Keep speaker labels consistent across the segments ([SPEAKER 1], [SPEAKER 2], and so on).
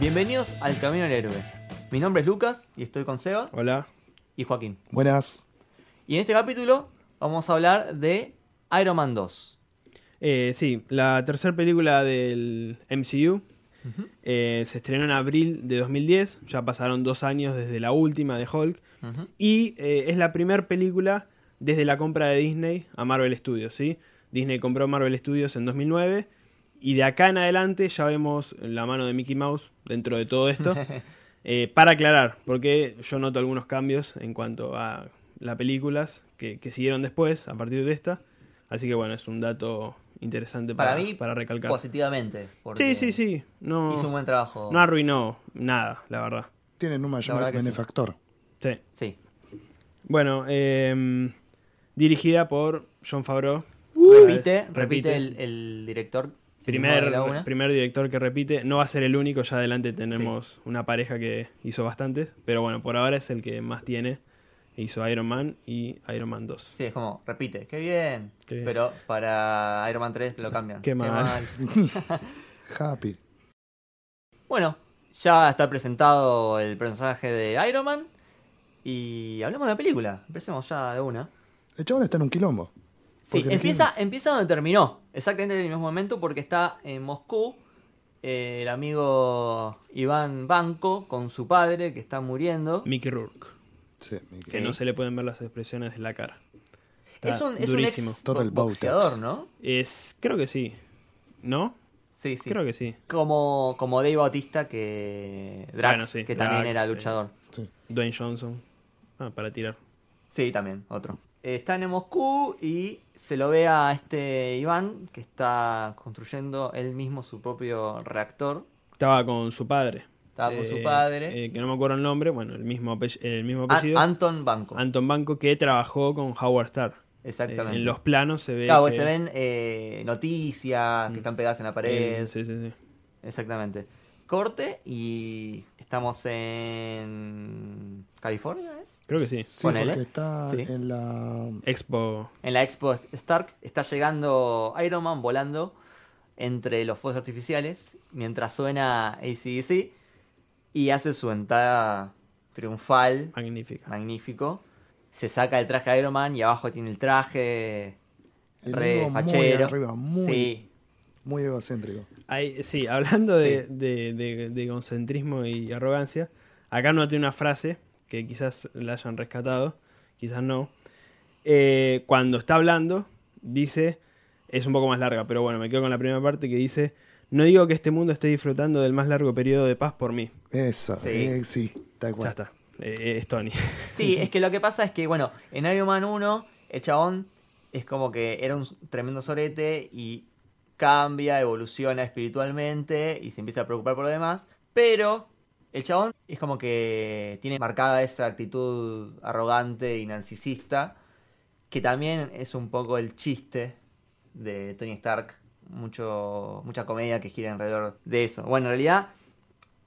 [SPEAKER 1] Bienvenidos al Camino del Héroe. Mi nombre es Lucas y estoy con Seba
[SPEAKER 2] Hola.
[SPEAKER 1] y Joaquín.
[SPEAKER 3] Buenas.
[SPEAKER 1] Y en este capítulo vamos a hablar de Iron Man 2.
[SPEAKER 2] Eh, sí, la tercera película del MCU eh, se estrenó en abril de 2010. Ya pasaron dos años desde la última de Hulk.
[SPEAKER 1] Ujú.
[SPEAKER 2] Y eh, es la primera película desde la compra de Disney a Marvel Studios. ¿sí? Disney compró Marvel Studios en 2009. Y de acá en adelante ya vemos la mano de Mickey Mouse dentro de todo esto. Eh, para aclarar, porque yo noto algunos cambios en cuanto a las películas que, que siguieron después, a partir de esta. Así que bueno, es un dato interesante para,
[SPEAKER 1] Para mí,
[SPEAKER 2] para recalcar.
[SPEAKER 1] Positivamente. porque
[SPEAKER 2] Sí, sí, sí. No,
[SPEAKER 1] Hizo un buen trabajo.
[SPEAKER 2] no arruinó nada, la verdad.
[SPEAKER 3] Tienen un
[SPEAKER 1] verdad
[SPEAKER 3] mayor
[SPEAKER 1] que sí.
[SPEAKER 3] benefactor.
[SPEAKER 2] Sí.
[SPEAKER 1] Sí.
[SPEAKER 2] Bueno, eh, dirigida por John Favreau.
[SPEAKER 1] repite, Uh, repite,
[SPEAKER 2] repite.
[SPEAKER 1] el, el director. de la una.
[SPEAKER 2] Primer, primer director que repite. No va a ser el único, ya adelante tenemos una pareja que hizo bastantes. Pero bueno, por ahora es el que más tiene. Hizo Iron Man y Iron Man 2.
[SPEAKER 1] Sí, es como, repite, qué bien.
[SPEAKER 2] Qué bien.
[SPEAKER 1] Pero para Iron Man 3 lo cambian.
[SPEAKER 2] Qué mal.
[SPEAKER 3] Happy.
[SPEAKER 1] Bueno, ya está presentado el personaje de Iron Man. Y hablemos de la película. Empecemos ya de una.
[SPEAKER 3] El chabón está en un quilombo.
[SPEAKER 1] Sí,
[SPEAKER 3] Porque no
[SPEAKER 1] empieza, empieza donde terminó. Exactamente en el mismo momento porque está en Moscú. eh, el amigo Iván Banco con su padre que está muriendo.
[SPEAKER 2] Mickey Rourke.
[SPEAKER 3] Sí, Miki.
[SPEAKER 2] Que
[SPEAKER 1] Sí.
[SPEAKER 2] no se le pueden ver las expresiones de la cara. Está
[SPEAKER 1] Es un, es un
[SPEAKER 2] durísimo.
[SPEAKER 1] ex
[SPEAKER 3] Total
[SPEAKER 1] boxeador,
[SPEAKER 3] Botox.
[SPEAKER 1] ¿no?
[SPEAKER 2] Es, creo que sí. ¿No?
[SPEAKER 1] Sí, sí.
[SPEAKER 2] Creo que sí.
[SPEAKER 1] Como, como Dave Bautista que. Drax,
[SPEAKER 2] Bueno, sí,
[SPEAKER 1] que también
[SPEAKER 2] Drax,
[SPEAKER 1] era
[SPEAKER 2] sí.
[SPEAKER 1] luchador.
[SPEAKER 3] Sí.
[SPEAKER 2] Dwayne Johnson. Ah, para tirar.
[SPEAKER 1] Sí, también, otro. Eh, Están en Moscú y se lo ve a este Iván que está construyendo él mismo su propio reactor.
[SPEAKER 2] Estaba con su padre.
[SPEAKER 1] Estaba con su
[SPEAKER 2] Eh,
[SPEAKER 1] padre.
[SPEAKER 2] eh, que no me acuerdo el nombre. Bueno, el mismo, apell- el mismo
[SPEAKER 1] A-
[SPEAKER 2] apellido.
[SPEAKER 1] Anton Banco.
[SPEAKER 2] Anton Banco, que trabajó con Howard Starr.
[SPEAKER 1] Exactamente.
[SPEAKER 2] Eh, en los planos se ve.
[SPEAKER 1] Claro,
[SPEAKER 2] que-
[SPEAKER 1] se ven eh, noticias
[SPEAKER 3] Mm.
[SPEAKER 1] que están pegadas en la pared.
[SPEAKER 2] Eh, sí, sí, sí.
[SPEAKER 1] Exactamente. Corte y estamos en California, ¿es?
[SPEAKER 2] Creo que sí.
[SPEAKER 3] Sí,
[SPEAKER 1] Ponele.
[SPEAKER 3] porque está
[SPEAKER 1] Sí.
[SPEAKER 3] en la.
[SPEAKER 2] Expo.
[SPEAKER 1] En la Expo Stark está llegando Iron Man volando entre los fuegos artificiales mientras suena ACDC y hace su entrada triunfal,
[SPEAKER 2] Magnífica.
[SPEAKER 1] magnífico. Se saca el traje de Iron Man y abajo tiene el traje
[SPEAKER 3] El
[SPEAKER 1] re
[SPEAKER 3] ego muy
[SPEAKER 1] fachero.
[SPEAKER 3] arriba, muy-
[SPEAKER 1] Sí,
[SPEAKER 3] Muy egocéntrico.
[SPEAKER 2] Ahí- sí, hablando de, de- de- de concentrismo y arrogancia, acá no tiene una frase que quizás la hayan rescatado, quizás no. Eh, cuando está hablando, dice, es un poco más larga, pero bueno, me quedo con la primera parte que dice, no digo que este mundo esté disfrutando del más largo periodo de paz por mí.
[SPEAKER 3] Eso,
[SPEAKER 1] Sí.
[SPEAKER 3] eh, sí, tal
[SPEAKER 2] Ya
[SPEAKER 3] cual.
[SPEAKER 2] está, Eh, eh, es Tony.
[SPEAKER 1] Sí, es que lo que pasa es que, bueno, en Iron Man 1, el chabón es como que era un tremendo sorete y cambia, evoluciona espiritualmente y se empieza a preocupar por lo demás. Pero el chabón es como que tiene marcada esa actitud arrogante y narcisista, que también es un poco el chiste de Tony Stark. Mucho, mucha comedia que gira alrededor de eso. Bueno, en realidad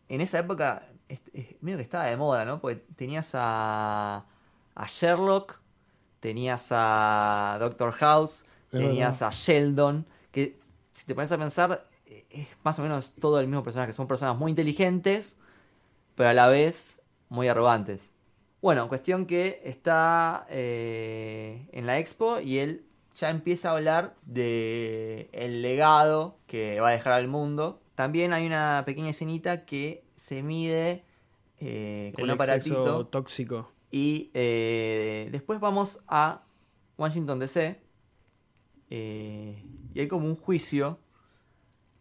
[SPEAKER 1] en esa época, es- es- medio que estaba de moda, ¿no? Porque tenías a, a Sherlock, tenías a Doctor House,
[SPEAKER 3] Es
[SPEAKER 1] tenías
[SPEAKER 3] verdad.
[SPEAKER 1] a Sheldon, que si te pones a pensar, eh, es más o menos todo el mismo personaje. Son personas muy inteligentes, pero a la vez muy arrogantes. Bueno, cuestión que está eh, en la expo y él ya empieza a hablar de el legado que va a dejar al mundo. También hay una pequeña escenita que se mide eh, con
[SPEAKER 2] El
[SPEAKER 1] un
[SPEAKER 2] exceso
[SPEAKER 1] aparatito.
[SPEAKER 2] tóxico.
[SPEAKER 1] Y eh, después vamos a Washington DC. eh, y hay como un juicio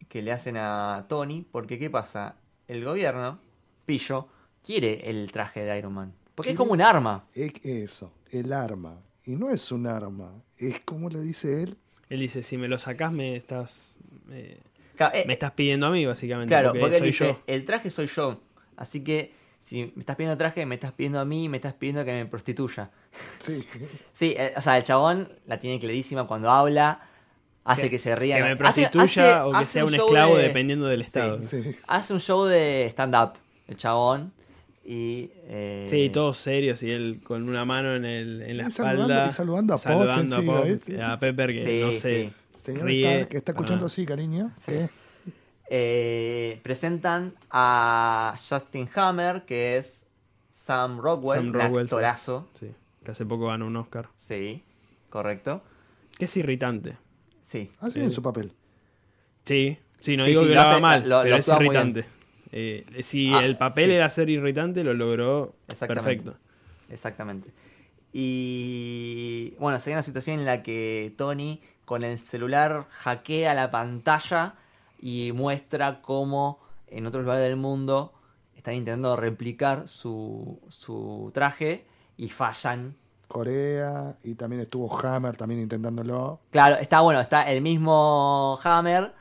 [SPEAKER 1] que le hacen a Tony. Porque, ¿qué pasa? El gobierno, Pillo, quiere el traje de Iron Man. Porque es como un arma.
[SPEAKER 3] Eh, Eso, el arma. Y no es un arma, es como lo dice él.
[SPEAKER 2] Él dice, si me lo sacás me estás... eh,
[SPEAKER 1] Claro, eh,
[SPEAKER 2] me estás pidiendo a mí, básicamente.
[SPEAKER 1] claro,
[SPEAKER 2] porque,
[SPEAKER 1] porque, él
[SPEAKER 2] soy
[SPEAKER 1] dice,
[SPEAKER 2] yo.
[SPEAKER 1] el traje soy yo. Así que, si me estás pidiendo traje, me estás pidiendo a mí, me estás pidiendo que me prostituya.
[SPEAKER 3] Sí,
[SPEAKER 1] Sí, eh, o sea, el chabón la tiene clarísima cuando habla, hace que,
[SPEAKER 2] Que-
[SPEAKER 1] se rían.
[SPEAKER 2] Que me
[SPEAKER 1] Hace-
[SPEAKER 2] prostituya
[SPEAKER 1] hace-
[SPEAKER 2] o que
[SPEAKER 1] hace
[SPEAKER 2] sea un
[SPEAKER 1] show
[SPEAKER 2] esclavo
[SPEAKER 1] de-
[SPEAKER 2] dependiendo del estado. Sí,
[SPEAKER 3] sí.
[SPEAKER 1] Hace un show de stand-up, el chabón. Y. eh,
[SPEAKER 2] todos serios y él con una mano en, el, en la
[SPEAKER 3] Y saludando-
[SPEAKER 2] espalda.
[SPEAKER 3] y saludando a Pops
[SPEAKER 2] saludando a
[SPEAKER 3] encima,
[SPEAKER 2] Pops,
[SPEAKER 3] ¿viste?
[SPEAKER 2] a Pepper que
[SPEAKER 1] Sí,
[SPEAKER 2] no sé.
[SPEAKER 1] sí.
[SPEAKER 3] Señor
[SPEAKER 2] ríe.
[SPEAKER 3] Stark, está escuchando
[SPEAKER 2] Ah,
[SPEAKER 3] así, cariño. ¿eh?
[SPEAKER 1] eh, presentan a Justin Hammer, que es Sam Rockwell,
[SPEAKER 2] Sam
[SPEAKER 1] un
[SPEAKER 2] Rockwell, sí.
[SPEAKER 1] actorazo.
[SPEAKER 2] Sí, que hace poco ganó un Oscar.
[SPEAKER 1] Sí, correcto.
[SPEAKER 2] Que es irritante.
[SPEAKER 1] Sí.
[SPEAKER 3] Hace bien su papel.
[SPEAKER 2] Sí, sí, no
[SPEAKER 1] Sí,
[SPEAKER 2] digo
[SPEAKER 1] sí,
[SPEAKER 2] que
[SPEAKER 1] lo
[SPEAKER 2] lo haga
[SPEAKER 1] hace-
[SPEAKER 2] mal,
[SPEAKER 1] lo- lo
[SPEAKER 2] pero es
[SPEAKER 1] actúa muy
[SPEAKER 2] irritante. Eh, si
[SPEAKER 1] Ah,
[SPEAKER 2] el papel
[SPEAKER 1] sí.
[SPEAKER 2] era ser irritante, lo logró
[SPEAKER 1] Exactamente.
[SPEAKER 2] perfecto.
[SPEAKER 1] Exactamente. Y bueno, sería una situación en la que Tony con el celular hackea la pantalla y muestra cómo en otros lugares del mundo están intentando replicar su, su traje y fallan.
[SPEAKER 3] Corea y también estuvo Hammer también intentándolo.
[SPEAKER 1] Claro, está bueno, está el mismo Hammer.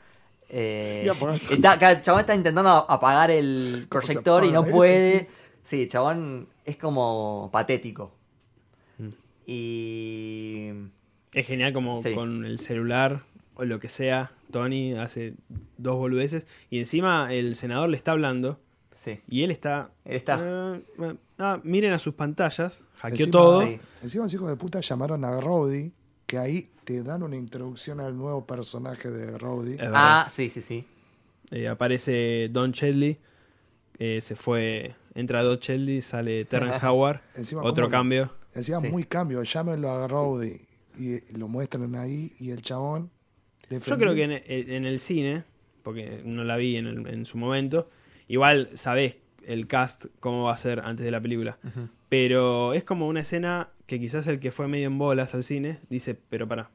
[SPEAKER 1] eh,
[SPEAKER 3] Y apagó.
[SPEAKER 1] está, claro, el chabón está intentando apagar el
[SPEAKER 3] ¿Cómo se
[SPEAKER 1] proyector y no
[SPEAKER 3] apaga esto?
[SPEAKER 1] puede. Sí, el chabón es como patético.
[SPEAKER 2] Mm.
[SPEAKER 1] Y.
[SPEAKER 2] Es genial como
[SPEAKER 1] Sí.
[SPEAKER 2] con el celular o lo que sea, Tony hace dos boludeces y encima el senador le está hablando
[SPEAKER 1] Sí.
[SPEAKER 2] y él está...
[SPEAKER 1] Él está.
[SPEAKER 2] "Ah, bueno, ah, miren a sus pantallas, hackeó
[SPEAKER 3] Encima-
[SPEAKER 2] todo.
[SPEAKER 1] Sí.
[SPEAKER 3] Encima los hijos de puta llamaron a Rowdy, que ahí te dan una introducción al nuevo personaje de Rowdy.
[SPEAKER 2] Eh, verdad.
[SPEAKER 1] Ah, sí, sí, sí.
[SPEAKER 2] Eh, aparece Don Chedley, eh, se fue, entra Don Chedley, sale Terrence Howard,
[SPEAKER 3] Encima,
[SPEAKER 2] otro
[SPEAKER 3] ¿cómo?
[SPEAKER 2] cambio.
[SPEAKER 3] Encima
[SPEAKER 1] Sí.
[SPEAKER 3] muy cambio, llámenlo a Rowdy. Y eh, lo muestran ahí y el chabón...
[SPEAKER 2] Yo creo que en, e, en el cine, porque no la vi en, el- en su momento, igual sabés el cast cómo va a ser antes de la película. Pero es como una escena que quizás el que fue medio en bolas al cine dice, pero pará,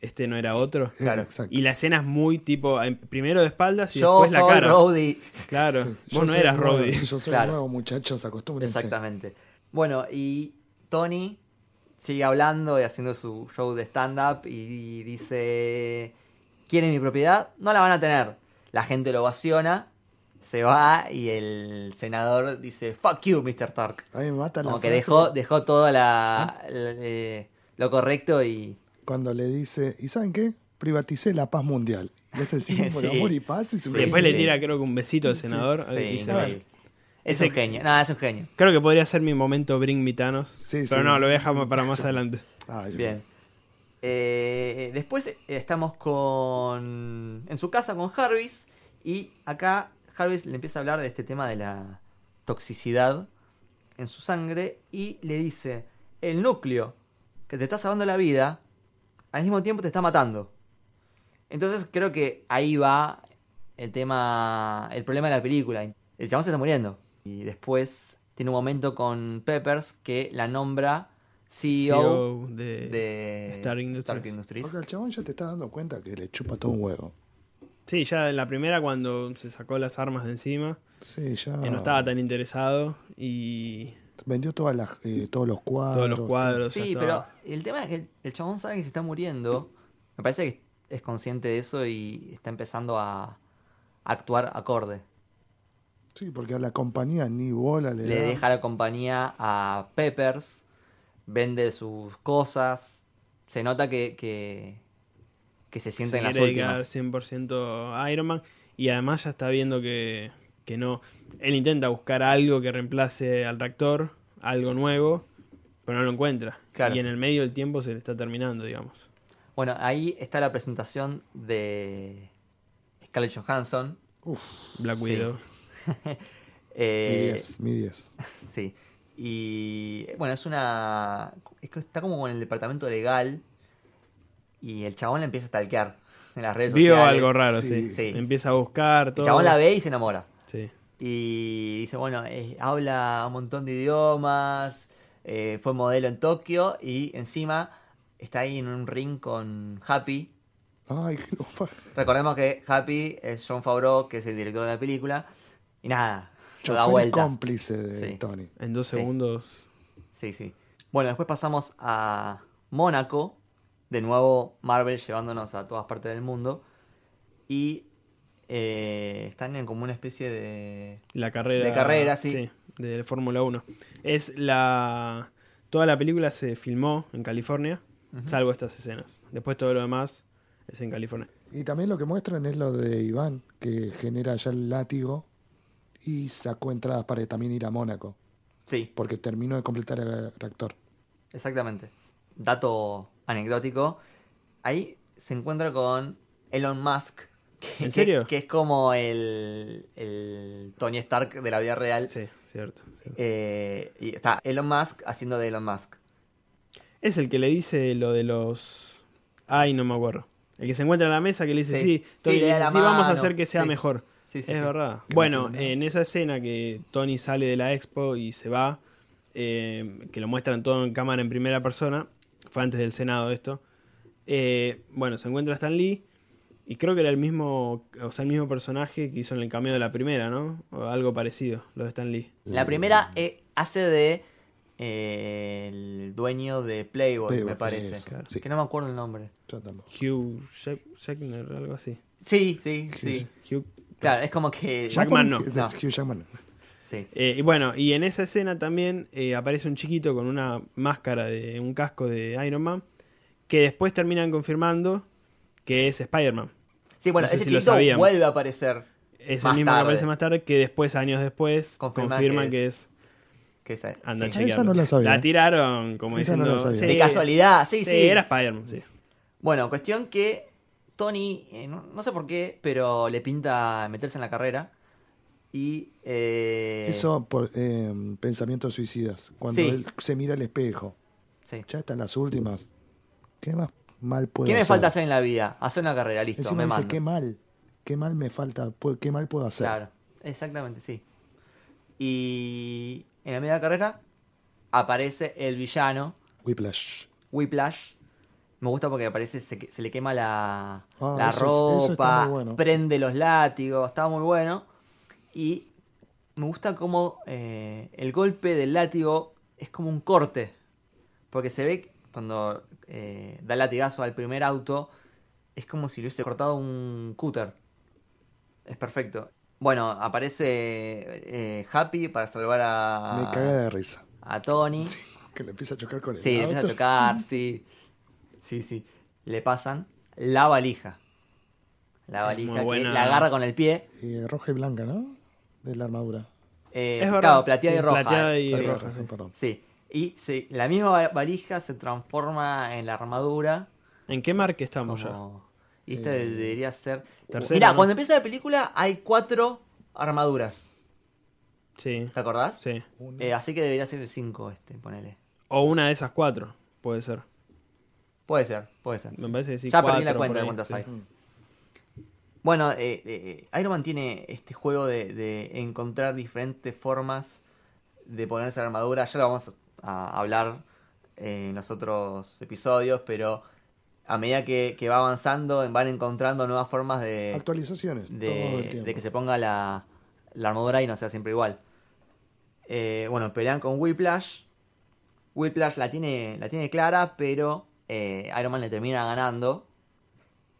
[SPEAKER 2] este no era otro.
[SPEAKER 1] claro.
[SPEAKER 3] Claro, Eh, exacto.
[SPEAKER 2] Y la escena es muy tipo, em, primero de espaldas y
[SPEAKER 1] Yo
[SPEAKER 2] después
[SPEAKER 1] soy
[SPEAKER 2] la cara.
[SPEAKER 1] Rhodey.
[SPEAKER 2] Claro,
[SPEAKER 3] Sí, yo
[SPEAKER 2] vos no
[SPEAKER 3] soy
[SPEAKER 2] eras
[SPEAKER 3] nuevo,
[SPEAKER 2] Roddy.
[SPEAKER 3] Yo soy
[SPEAKER 1] Claro.
[SPEAKER 3] nuevo, muchachos, acostúmbrense.
[SPEAKER 1] Exactamente. Bueno, y Tony sigue hablando y haciendo su show de stand-up y dice, ¿quieren mi propiedad? No la van a tener. La gente lo ovaciona, se va y el senador dice, fuck you, Mr. Stark.
[SPEAKER 3] A mí me mata la
[SPEAKER 1] Como que
[SPEAKER 3] frase ¿Ah?
[SPEAKER 1] dejó, dejó todo la, la- eh, lo correcto y...
[SPEAKER 3] cuando le dice, ¿y saben qué? Privaticé la paz mundial. Y hace símbolo de
[SPEAKER 1] Sí.
[SPEAKER 3] amor y paz y se
[SPEAKER 1] Sí.
[SPEAKER 2] Después le
[SPEAKER 1] sí.
[SPEAKER 2] tira creo que un besito al senador.
[SPEAKER 1] Sí,
[SPEAKER 2] y se va.
[SPEAKER 1] increíble. Es
[SPEAKER 2] Ese-
[SPEAKER 1] un genio. Nada, es un genio.
[SPEAKER 2] Creo que podría ser mi momento Bring Me Thanos,
[SPEAKER 3] Sí,
[SPEAKER 2] pero
[SPEAKER 3] sí.
[SPEAKER 2] no, lo voy a dejar para más adelante.
[SPEAKER 3] Ah, yo-
[SPEAKER 1] Bien. Eh, después eh, estamos con. en su casa con Jarvis. Y acá Jarvis le empieza a hablar de este tema de la toxicidad en su sangre. Y le dice: El núcleo que te está salvando la vida, al mismo tiempo te está matando. Entonces creo que ahí va el tema. el problema de la película. El chabón se está muriendo. Y después tiene un momento con Peppers que la nombra CEO
[SPEAKER 2] CEO E de-
[SPEAKER 1] E de
[SPEAKER 2] Star Eh, Industries.
[SPEAKER 1] Industries.
[SPEAKER 3] Porque el chabón ya te está dando cuenta que le chupa todo un huevo.
[SPEAKER 2] Sí, ya en la primera cuando se sacó las armas de encima,
[SPEAKER 3] Sí, ya.
[SPEAKER 2] que no estaba tan interesado y
[SPEAKER 3] Vendió todas las, eh, todos los cuadros.
[SPEAKER 2] todos los cuadros. ya
[SPEAKER 1] Sí, pero
[SPEAKER 2] estaba-
[SPEAKER 1] el tema es que el- el chabón sabe que se está muriendo. Me parece que es consciente de eso y está empezando a actuar acorde.
[SPEAKER 3] Sí, porque a la compañía ni bola le,
[SPEAKER 1] Le
[SPEAKER 3] da.
[SPEAKER 1] deja la compañía a Peppers, vende sus cosas. Se nota que, que, que se siente
[SPEAKER 2] se
[SPEAKER 1] en las
[SPEAKER 2] quiere dedicar
[SPEAKER 1] últimas.
[SPEAKER 2] 100% a Iron Man y además ya está viendo que, que no... Él intenta buscar algo que reemplace al reactor, algo nuevo, pero no lo encuentra.
[SPEAKER 1] Claro.
[SPEAKER 2] Y en el medio del tiempo se le está terminando, digamos.
[SPEAKER 1] Bueno, ahí está la presentación de Scarlett Johansson.
[SPEAKER 3] Uf,
[SPEAKER 2] Black
[SPEAKER 1] Sí.
[SPEAKER 2] Widow.
[SPEAKER 3] mi
[SPEAKER 1] Eh,
[SPEAKER 3] 10, mi 10.
[SPEAKER 1] Sí. Y eh, bueno, es una. es que está como en el departamento legal. Y el chabón la empieza a stalkear en las redes
[SPEAKER 2] Vio
[SPEAKER 1] sociales.
[SPEAKER 2] algo raro,
[SPEAKER 3] sí.
[SPEAKER 2] sí.
[SPEAKER 1] Sí.
[SPEAKER 2] Empieza a buscar
[SPEAKER 1] El
[SPEAKER 2] todo.
[SPEAKER 1] chabón la ve y se enamora.
[SPEAKER 2] Sí.
[SPEAKER 1] Y dice, bueno, eh, habla un montón de idiomas. eh, fue modelo en Tokio. Y encima está ahí en un ring con Happy.
[SPEAKER 3] Ay, qué lo fa-
[SPEAKER 1] Recordemos que Happy es John Favreau, que es el director de la película. Y nada, lo da
[SPEAKER 3] Yo fui el
[SPEAKER 1] vuelta.
[SPEAKER 3] cómplice de
[SPEAKER 1] Sí.
[SPEAKER 3] Tony.
[SPEAKER 2] En dos
[SPEAKER 1] Sí.
[SPEAKER 2] segundos.
[SPEAKER 1] Sí, sí. Bueno, después pasamos a Mónaco. De nuevo, Marvel llevándonos a todas partes del mundo. Y eh, están en como una especie de.
[SPEAKER 2] La carrera.
[SPEAKER 1] De carrera, sí.
[SPEAKER 2] de Fórmula 1. Es la. Toda la película se filmó en California, salvo estas escenas. Después todo lo demás es en California.
[SPEAKER 3] Y también lo que muestran es lo de Iván, que genera ya el látigo y sacó entradas para también ir a Mónaco,
[SPEAKER 1] Sí,
[SPEAKER 3] porque terminó de completar el reactor.
[SPEAKER 1] exactamente. Dato anecdótico. Ahí se encuentra con Elon Musk, Que-
[SPEAKER 2] serio?
[SPEAKER 1] Que es como el, el Tony Stark de la vida real.
[SPEAKER 2] Sí, cierto. cierto.
[SPEAKER 1] Eh, y está Elon Musk haciendo de Elon Musk.
[SPEAKER 2] Es el que le dice lo de los. Ay, no me acuerdo. El que se encuentra en la mesa que le dice,
[SPEAKER 1] Sí.
[SPEAKER 2] sí, Tony
[SPEAKER 1] Sí, le
[SPEAKER 2] le
[SPEAKER 1] da
[SPEAKER 2] dice,
[SPEAKER 1] la
[SPEAKER 2] sí, vamos a
[SPEAKER 1] mano.
[SPEAKER 2] hacer que sea
[SPEAKER 1] Sí.
[SPEAKER 2] mejor.
[SPEAKER 1] Sí, sí,
[SPEAKER 2] es
[SPEAKER 1] sí.
[SPEAKER 2] verdad.
[SPEAKER 3] Que no
[SPEAKER 2] Bueno,
[SPEAKER 3] tiene nada.
[SPEAKER 2] en esa escena que Tony sale de la expo y se va, eh, que lo muestran todo en cámara en primera persona, fue antes del Senado esto. eh, bueno, se encuentra Stan Lee y creo que era el mismo, o sea, el mismo personaje que hizo en el cameo de la primera, ¿no? O algo parecido, lo de Stan Lee.
[SPEAKER 3] Mm.
[SPEAKER 1] La primera eh, hace de eh, el dueño de Playboy,
[SPEAKER 3] Playboy,
[SPEAKER 1] me parece.
[SPEAKER 3] eso, sí.
[SPEAKER 1] Que no me acuerdo el nombre.
[SPEAKER 3] Ya estamos.
[SPEAKER 2] Hugh Jack- Jackner, algo así.
[SPEAKER 1] Sí, sí, sí.
[SPEAKER 2] Hugh-
[SPEAKER 1] Claro, es como que.
[SPEAKER 2] Jackman no.
[SPEAKER 3] Hugh-
[SPEAKER 1] No.
[SPEAKER 3] Hugh Jackman.
[SPEAKER 1] Sí.
[SPEAKER 2] Eh, y bueno, y en esa escena también eh, aparece un chiquito con una máscara de un casco de Iron Man, que después terminan confirmando que es Spider-Man.
[SPEAKER 1] Sí, bueno,
[SPEAKER 2] No sé
[SPEAKER 1] ese
[SPEAKER 2] si lo
[SPEAKER 1] chiquito
[SPEAKER 2] sabían.
[SPEAKER 1] vuelve a aparecer.
[SPEAKER 2] Es
[SPEAKER 1] Más
[SPEAKER 2] el mismo
[SPEAKER 1] tarde.
[SPEAKER 2] que aparece más tarde, que después, años después,
[SPEAKER 1] Confirma
[SPEAKER 2] confirman
[SPEAKER 1] que
[SPEAKER 2] que
[SPEAKER 1] es-
[SPEAKER 2] es,
[SPEAKER 1] Que es-
[SPEAKER 2] Anda
[SPEAKER 1] sí.
[SPEAKER 3] Esa
[SPEAKER 2] chequearlo.
[SPEAKER 3] no la sabía.
[SPEAKER 2] tiraron como
[SPEAKER 3] Esa no
[SPEAKER 2] diciendo.
[SPEAKER 3] la sabía.
[SPEAKER 1] De casualidad, sí,
[SPEAKER 2] Sí,
[SPEAKER 1] sí.
[SPEAKER 2] era Spider-Man, sí.
[SPEAKER 1] Bueno, cuestión que Tony, eh, no, no sé por qué, pero le pinta meterse en la carrera. Y. eh,
[SPEAKER 3] Eso por eh, pensamientos suicidas. Cuando
[SPEAKER 1] Sí.
[SPEAKER 3] él se mira al espejo.
[SPEAKER 1] sí.
[SPEAKER 3] Ya están las últimas. ¿Qué más mal puedo
[SPEAKER 1] ¿Qué me
[SPEAKER 3] hacer?
[SPEAKER 1] falta hacer en la vida? Hacer una carrera, listo,
[SPEAKER 3] Encima
[SPEAKER 1] me
[SPEAKER 3] dice,
[SPEAKER 1] mando.
[SPEAKER 3] qué mal. Qué mal me falta. pu- Qué mal puedo hacer.
[SPEAKER 1] Claro, exactamente, sí. Y en la media de la carrera aparece el villano,
[SPEAKER 3] Whiplash.
[SPEAKER 1] Whiplash. Me gusta porque aparece, se, que- se le quema la,
[SPEAKER 3] Ah,
[SPEAKER 1] la
[SPEAKER 3] eso es- eso está
[SPEAKER 1] ropa,
[SPEAKER 3] muy bueno.
[SPEAKER 1] prende los látigos, está muy bueno. Y me gusta como el golpe del látigo es como un corte. Porque se ve que cuando eh, da el latigazo al primer auto, es como si le hubiese cortado un cúter. Es perfecto. Bueno, aparece eh, Happy para salvar a,
[SPEAKER 3] Me caga de risa.
[SPEAKER 1] a Tony.
[SPEAKER 3] Que le empieza a chocar con el
[SPEAKER 1] Sí, le
[SPEAKER 3] auto.
[SPEAKER 1] empieza a chocar, sí. Sí, sí. Le pasan la valija. La
[SPEAKER 2] Es
[SPEAKER 1] valija
[SPEAKER 2] muy
[SPEAKER 1] que
[SPEAKER 2] buena.
[SPEAKER 1] la agarra con el pie.
[SPEAKER 3] Eh, roja y blanca, ¿no? De la armadura. Ah,
[SPEAKER 1] Eh,
[SPEAKER 2] Es verdad.
[SPEAKER 1] claro, plateada
[SPEAKER 2] Sí,
[SPEAKER 1] y roja.
[SPEAKER 2] plateada y-
[SPEAKER 1] Sí,
[SPEAKER 2] roja,
[SPEAKER 3] roja,
[SPEAKER 2] sí.
[SPEAKER 3] sí, perdón.
[SPEAKER 1] sí. Y se- la misma va- valija se transforma en la armadura.
[SPEAKER 2] ¿En qué marca estamos ya?
[SPEAKER 1] Como... Y esta debería ser...
[SPEAKER 2] Tercera,
[SPEAKER 1] Mirá,
[SPEAKER 2] ¿no?
[SPEAKER 1] cuando empieza la película hay cuatro armaduras.
[SPEAKER 2] Sí,
[SPEAKER 1] ¿Te acordás?
[SPEAKER 2] sí.
[SPEAKER 1] Eh, así que debería ser el cinco este, ponele.
[SPEAKER 2] O una de esas cuatro, puede ser.
[SPEAKER 1] Puede ser, puede ser.
[SPEAKER 2] Me parece que sí,
[SPEAKER 1] ya perdí la
[SPEAKER 2] cuatro
[SPEAKER 1] cuenta de
[SPEAKER 2] por ahí,
[SPEAKER 1] cuántas
[SPEAKER 2] sí.
[SPEAKER 1] hay. Bueno, eh, eh, Iron Man tiene este juego de, de encontrar diferentes formas de ponerse la armadura. Ya lo vamos a, a hablar eh, en los otros episodios, pero a medida que, que va avanzando van encontrando nuevas formas de,
[SPEAKER 3] Actualizaciones. todo el
[SPEAKER 1] Eh, de,
[SPEAKER 3] tiempo.
[SPEAKER 1] de que se ponga la, la armadura y no sea siempre igual. Eh, bueno, pelean con Whiplash. Whiplash la tiene, la tiene clara, pero eh, Iron Man le termina ganando.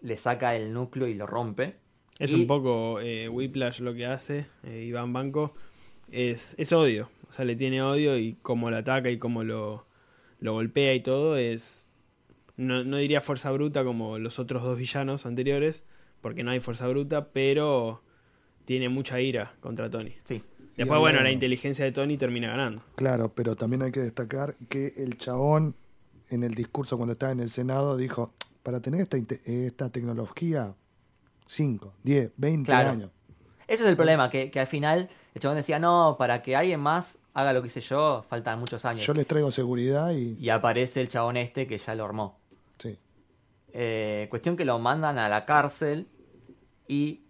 [SPEAKER 1] Le saca el núcleo y lo rompe.
[SPEAKER 2] Es
[SPEAKER 1] Y-
[SPEAKER 2] un poco eh, Whiplash lo que hace eh, Iván Banco. Es, es odio. O sea, le tiene odio y cómo lo ataca y cómo lo, lo golpea y todo es... No, no diría fuerza bruta como los otros dos villanos anteriores, porque no hay fuerza bruta, pero tiene mucha ira contra Tony.
[SPEAKER 1] Sí.
[SPEAKER 2] Después,
[SPEAKER 3] Y
[SPEAKER 2] bueno,
[SPEAKER 3] ahora-
[SPEAKER 2] la inteligencia de Tony termina ganando.
[SPEAKER 3] Claro, pero también hay que destacar que el chabón en el discurso cuando estaba en el Senado dijo, para tener esta, inte- esta tecnología, 5, 10, 20
[SPEAKER 1] Claro.
[SPEAKER 3] años.
[SPEAKER 1] Ese es el problema, que, que al final el chabón decía, no, para que alguien más haga lo que hice yo, faltan muchos años.
[SPEAKER 3] Yo les traigo seguridad y...
[SPEAKER 1] Y aparece el chabón este que ya lo armó.
[SPEAKER 3] Sí.
[SPEAKER 1] Eh, cuestión que lo mandan a la cárcel y